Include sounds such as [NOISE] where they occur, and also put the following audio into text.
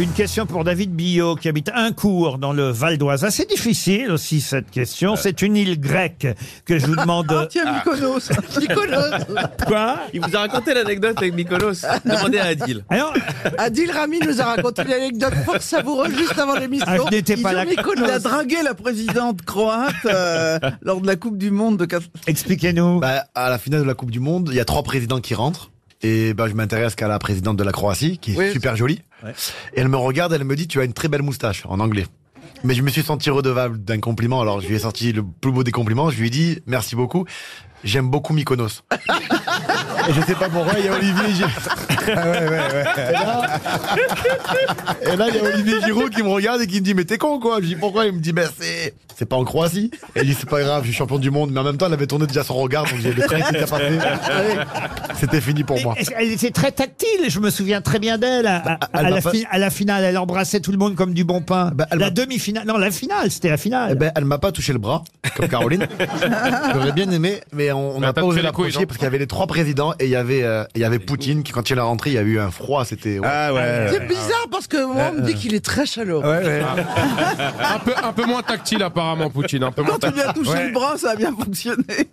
Une question pour David Billot qui habite Incourt dans le Val d'Oise. Assez difficile aussi cette Euh. question. C'est une île grecque que je vous [LAUGHS] demande. Tiens, Mykonos. Mykonos. Quoi Il vous a raconté l'anecdote avec Mykonos. Demandez à Adil. Alors, Adil Rami nous a raconté une anecdote fort savoureuse juste avant l'émission. Ah, je n'étais Ils pas ont là. mis Mykonos. Il a dragué la présidente croate euh, lors de la Coupe du Monde de 4... expliquez-nous. Bah, à la finale de la Coupe du Monde, il y a trois présidents qui rentrent. Et bah, je m'intéresse qu'à la présidente de la Croatie, qui est Oui, super jolie. Et elle me regarde, elle me dit Tu as une très belle moustache, en anglais. Mais je me suis senti redevable d'un compliment. Alors, je lui ai sorti le plus beau des compliments. Je lui ai dit Merci beaucoup. J'aime beaucoup Mykonos. Et je sais pas pourquoi, il y a Olivier [LAUGHS] Giroud. Ah Et là, il y a Olivier Giroud qui me regarde et qui me dit Mais t'es con quoi Je lui dis Pourquoi Il me dit Mais c'est c'est pas en Croatie. Et il dit C'est pas grave, je suis champion du monde. Mais en même temps, elle avait tourné déjà son regard, donc j'ai le train qui était passé. C'était fini pour moi. Bah, Et- et- Elle était très tactile, je me souviens très bien d'elle. À, à- elle à m'a la pas- fi- à la finale, elle embrassait tout le monde comme du bon pain. Bah, elle la m'a- demi-finale, non, la finale, c'était la finale. Eh ben, elle m'a pas touché le bras, comme Caroline. J'aurais bien aimé, mais on n'a Bah, t'as pas osé touché les couilles, l'approcher non parce qu'il y avait les trois présidents et il y avait, euh, il y avait Poutine qui, quand il est rentré, il y a eu un froid. C'était. ouais. Ah ouais. C'est bizarre parce que moi, on me dit qu'il est très chaleureux. Un peu, un peu moins tactile apparemment, Poutine. Un peu moins Quand tu tactile. lui as touché Ouais. le bras, ça a bien fonctionné.